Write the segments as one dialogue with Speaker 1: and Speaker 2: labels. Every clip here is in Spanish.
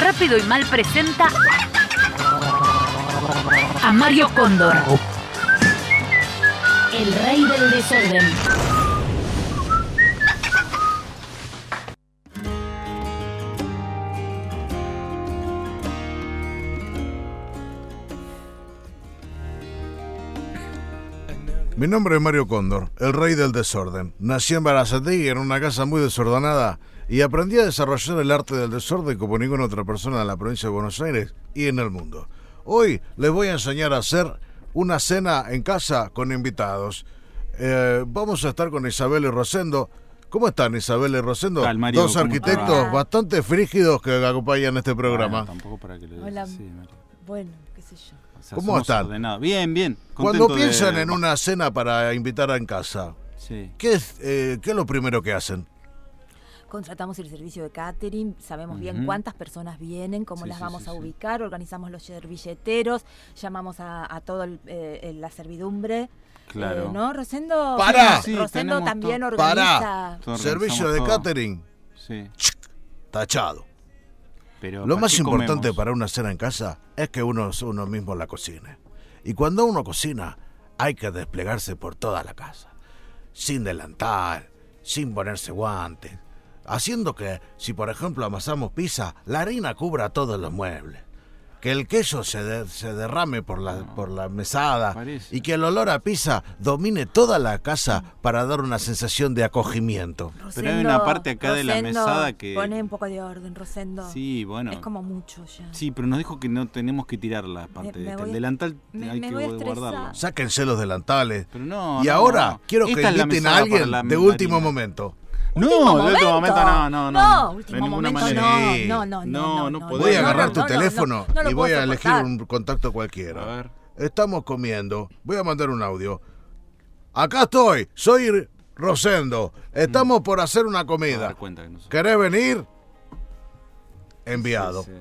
Speaker 1: Rápido y Mal presenta a Mario Cóndor, el rey del desorden.
Speaker 2: Mi nombre es Mario Cóndor, el rey del desorden. Nací en Barazategui, en una casa muy desordenada, y aprendí a desarrollar el arte del desorden como ninguna otra persona en la provincia de Buenos Aires y en el mundo. Hoy les voy a enseñar a hacer una cena en casa con invitados. Eh, vamos a estar con Isabel y Rosendo. ¿Cómo están Isabel y Rosendo?
Speaker 3: Tal, Mario,
Speaker 2: Dos
Speaker 3: ¿cómo
Speaker 2: arquitectos
Speaker 4: va?
Speaker 2: bastante frígidos que acompañan este programa.
Speaker 3: Bueno, tampoco para que le
Speaker 4: Hola.
Speaker 3: sí, Mario.
Speaker 4: Bueno, qué sé yo.
Speaker 3: O sea,
Speaker 2: ¿Cómo
Speaker 3: somos
Speaker 2: están?
Speaker 3: ordenados. Bien, bien.
Speaker 2: Cuando
Speaker 3: Contento de-
Speaker 2: piensan en una cena para invitar en casa,
Speaker 3: Sí.
Speaker 2: ¿qué es, eh, ¿qué es lo primero que hacen?
Speaker 4: Contratamos el servicio de catering, sabemos bien
Speaker 3: Ujú.
Speaker 4: cuántas personas vienen, cómo
Speaker 3: Sí,
Speaker 4: las
Speaker 3: sí,
Speaker 4: vamos
Speaker 3: sí,
Speaker 4: a
Speaker 3: sí.
Speaker 4: ubicar, organizamos los servilleteros, llamamos a, a todo el, eh, el- la servidumbre.
Speaker 3: Claro.
Speaker 4: Eh, ¿No, Rosendo?
Speaker 2: ¡Pará!
Speaker 3: Sí,
Speaker 4: Rosendo
Speaker 3: tenemos
Speaker 4: también
Speaker 3: to-
Speaker 4: organiza.
Speaker 3: Todo
Speaker 2: Servicio
Speaker 3: organizamos
Speaker 2: de
Speaker 3: todo.
Speaker 2: catering,
Speaker 3: Sí.
Speaker 2: tachado.
Speaker 3: Pero
Speaker 2: Lo
Speaker 3: ¿para
Speaker 2: más
Speaker 3: qué
Speaker 2: importante
Speaker 3: comemos?
Speaker 2: para una cena en casa es que uno, uno mismo la cocine. Y cuando uno cocina, hay que desplegarse por toda la casa. Sin delantal, sin ponerse guantes. Haciendo que, si por ejemplo amasamos pizza, la harina cubra todos los muebles. Que el queso se, de- se derrame por la, por la mesada
Speaker 3: Parece.
Speaker 2: y que el olor a pizza domine toda la casa para dar una sensación de acogimiento.
Speaker 3: Pero hay una parte acá de la
Speaker 4: Rosendo,
Speaker 3: mesada que-
Speaker 4: Pone un poco de orden, Rosendo.
Speaker 3: Sí, bueno.
Speaker 4: Es como mucho ya.
Speaker 3: Sí, pero nos dijo que no tenemos que tirar la parte
Speaker 4: me
Speaker 3: de esta.
Speaker 4: voy
Speaker 3: El
Speaker 4: a-
Speaker 3: delantal
Speaker 4: me-
Speaker 3: hay
Speaker 4: me
Speaker 3: que
Speaker 4: voy a
Speaker 3: guardarlo.
Speaker 4: estresar.
Speaker 2: Sáquense los delantales.
Speaker 3: Pero no.
Speaker 2: y
Speaker 3: no,
Speaker 2: ahora
Speaker 3: no.
Speaker 2: quiero
Speaker 3: Esta
Speaker 2: que
Speaker 3: es la
Speaker 2: inviten a
Speaker 3: mesada para
Speaker 2: alguien
Speaker 3: la
Speaker 2: de último
Speaker 3: harina.
Speaker 2: momento.
Speaker 3: No, de último momento no, no, no.
Speaker 4: No,
Speaker 3: de
Speaker 4: último
Speaker 3: ninguna
Speaker 4: momento
Speaker 3: manera.
Speaker 4: no.
Speaker 2: Sí.
Speaker 4: No, no,
Speaker 3: No,
Speaker 4: no.
Speaker 3: no podés.
Speaker 2: Voy a
Speaker 3: No,
Speaker 2: agarrar
Speaker 3: no,
Speaker 2: tu
Speaker 4: no, no,
Speaker 2: teléfono
Speaker 4: no, no lo
Speaker 2: y voy
Speaker 4: puedo
Speaker 2: a elegir
Speaker 4: soportar.
Speaker 2: un contacto cualquiera.
Speaker 3: A ver.
Speaker 2: Estamos comiendo. Voy a mandar un audio. Acá estoy. Soy Rosendo.
Speaker 3: Mm.
Speaker 2: Estamos por hacer una
Speaker 3: Vamos a
Speaker 2: comida.
Speaker 3: dar cuenta que nosotros-
Speaker 2: ¿Querés venir? Enviado.
Speaker 3: Sí, sí.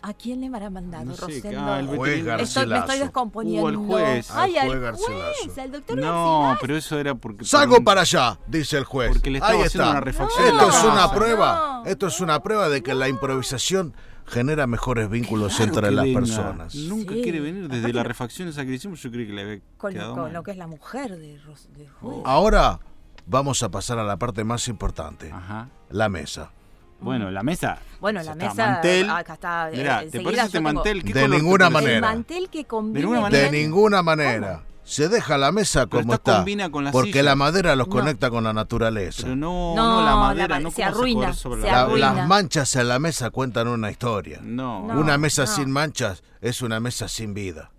Speaker 4: ¿A quién le habrán mandado,
Speaker 3: No sé, que-
Speaker 4: Rosendo?
Speaker 3: ah, el
Speaker 2: Juez
Speaker 3: veterinario.
Speaker 4: Estoy, me estoy
Speaker 2: Garcilaso.
Speaker 4: descomponiendo.
Speaker 3: Uh, el juez.
Speaker 4: Ay,
Speaker 2: Al
Speaker 4: al
Speaker 2: juez
Speaker 4: juez,
Speaker 2: Garcilaso.
Speaker 4: al doctor
Speaker 3: No,
Speaker 4: Garcilaso.
Speaker 3: pero eso era porque.
Speaker 2: Salgo
Speaker 3: por un-
Speaker 2: para allá, dice el juez.
Speaker 3: Porque le estaba
Speaker 2: Ahí
Speaker 3: haciendo
Speaker 2: está.
Speaker 3: una refacción
Speaker 4: de
Speaker 2: Esto
Speaker 4: la
Speaker 2: es
Speaker 4: casa.
Speaker 2: una prueba.
Speaker 4: No,
Speaker 2: Esto es una prueba de que la improvisación genera mejores vínculos entre
Speaker 3: que
Speaker 2: las
Speaker 3: venga.
Speaker 2: personas.
Speaker 3: Nunca
Speaker 4: Sí.
Speaker 3: quiere venir desde
Speaker 4: Aparte
Speaker 3: la
Speaker 4: que-
Speaker 3: refacción esa que le hicimos. Yo creí que le había
Speaker 4: Con,
Speaker 3: quedado
Speaker 4: con
Speaker 3: mal. Oh.
Speaker 4: lo que es la mujer de, Ros- de juez.
Speaker 2: Ahora vamos a pasar a la parte más importante,
Speaker 3: Ajá.
Speaker 2: la mesa.
Speaker 3: Bueno, la mesa.
Speaker 4: Bueno,
Speaker 3: Ya
Speaker 4: la
Speaker 3: está,
Speaker 4: mesa,
Speaker 3: Mantel.
Speaker 4: acá está, eh,
Speaker 3: Mirá, ¿te
Speaker 4: enseguida
Speaker 3: parece
Speaker 4: yo
Speaker 3: este
Speaker 4: tengo-
Speaker 3: mantel? ¿Qué
Speaker 2: De
Speaker 3: color te
Speaker 2: ninguna
Speaker 3: parece?
Speaker 4: El
Speaker 2: manera.
Speaker 4: mantel que combina.
Speaker 3: ninguna manera.
Speaker 2: De
Speaker 3: Manera.
Speaker 2: ninguna manera. Se deja la mesa
Speaker 3: Pero
Speaker 2: como
Speaker 3: esto
Speaker 2: está,
Speaker 3: combina con la
Speaker 2: porque
Speaker 3: silla.
Speaker 2: la madera los
Speaker 4: No.
Speaker 2: conecta con la naturaleza.
Speaker 3: Pero no, no,
Speaker 4: No,
Speaker 3: la
Speaker 4: la
Speaker 3: madera.
Speaker 4: ma-
Speaker 3: no
Speaker 4: se
Speaker 3: cómo
Speaker 4: arruina,
Speaker 3: corre sobre
Speaker 4: se
Speaker 3: la
Speaker 2: La-
Speaker 4: arruina.
Speaker 2: las manchas en la mesa cuentan una historia.
Speaker 3: No,
Speaker 4: No.
Speaker 2: una mesa
Speaker 4: no.
Speaker 2: sin manchas es una mesa sin vida.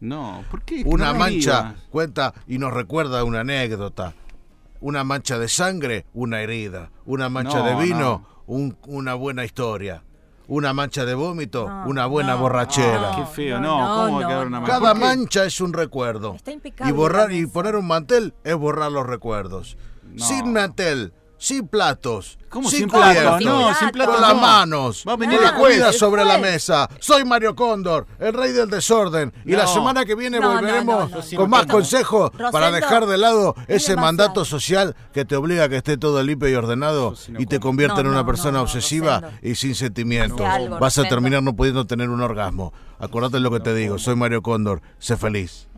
Speaker 3: no. ¿Por qué?
Speaker 2: Una
Speaker 3: No
Speaker 2: mancha
Speaker 3: digas.
Speaker 2: cuenta y nos recuerda una anécdota. Una mancha de sangre, una herida. Una mancha
Speaker 3: No,
Speaker 2: de vino,
Speaker 3: no.
Speaker 2: un- una buena historia. Una mancha de vómito,
Speaker 4: No,
Speaker 2: una buena
Speaker 4: no, Ah,
Speaker 2: borrachera.
Speaker 3: Ah, Qué
Speaker 4: No,
Speaker 3: feo, no.
Speaker 4: no, no,
Speaker 3: ¿Cómo va a
Speaker 4: no,
Speaker 3: quedar una
Speaker 4: no.
Speaker 3: mancha?
Speaker 2: Cada
Speaker 3: ¿Por qué?
Speaker 2: mancha es un recuerdo.
Speaker 4: Está impecable
Speaker 2: Y borrar
Speaker 4: la
Speaker 2: y
Speaker 4: mesa.
Speaker 2: poner un mantel es borrar los recuerdos.
Speaker 3: No.
Speaker 2: Sin mantel, sin platos.
Speaker 3: ¿Cómo
Speaker 2: sin
Speaker 3: sin plato?
Speaker 2: cubiertos,
Speaker 3: No, sin plato.
Speaker 2: Con las
Speaker 3: no.
Speaker 2: manos.
Speaker 3: Va a venir
Speaker 2: con
Speaker 3: la
Speaker 2: la comida
Speaker 4: juez.
Speaker 2: sobre la
Speaker 4: Juez.
Speaker 2: mesa. Soy Mario Cóndor, el rey del desorden. Y
Speaker 3: No.
Speaker 2: la semana que viene
Speaker 4: No, no,
Speaker 2: volveremos
Speaker 4: no, no, no.
Speaker 2: con más
Speaker 4: Rosendo,
Speaker 2: consejos para dejar de lado
Speaker 4: es
Speaker 2: ese
Speaker 4: demasiado.
Speaker 2: mandato social que te obliga a que esté todo limpio y ordenado
Speaker 3: Yo sí no
Speaker 2: y te
Speaker 3: como.
Speaker 2: convierte
Speaker 4: No,
Speaker 2: en una
Speaker 4: no,
Speaker 2: persona
Speaker 4: no, no,
Speaker 2: obsesiva
Speaker 4: Rosendo.
Speaker 2: y sin sentimientos.
Speaker 4: Hace algo,
Speaker 2: Vas a
Speaker 4: Rosendo.
Speaker 2: terminar no pudiendo tener un orgasmo. Acordate lo que te digo. Soy Mario Cóndor. Sé feliz.